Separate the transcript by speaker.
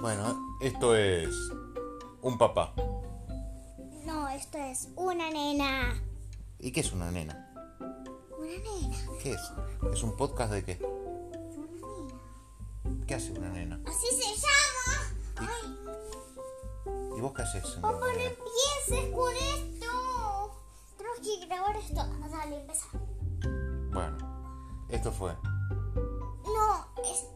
Speaker 1: Bueno, esto es un papá.
Speaker 2: No, esto es una nena.
Speaker 1: ¿Y qué es una nena?
Speaker 2: Una nena.
Speaker 1: ¿Qué es? ¿Es un podcast de qué?
Speaker 2: Una nena.
Speaker 1: ¿Qué hace una nena?
Speaker 2: Así se llama. Ay,
Speaker 1: ¿Y vos qué haces? en
Speaker 2: papá,
Speaker 1: una
Speaker 2: no
Speaker 1: nena?
Speaker 2: empieces con esto. Tenemos que grabar esto. Dale, empezar.
Speaker 1: Bueno, esto fue
Speaker 2: No, es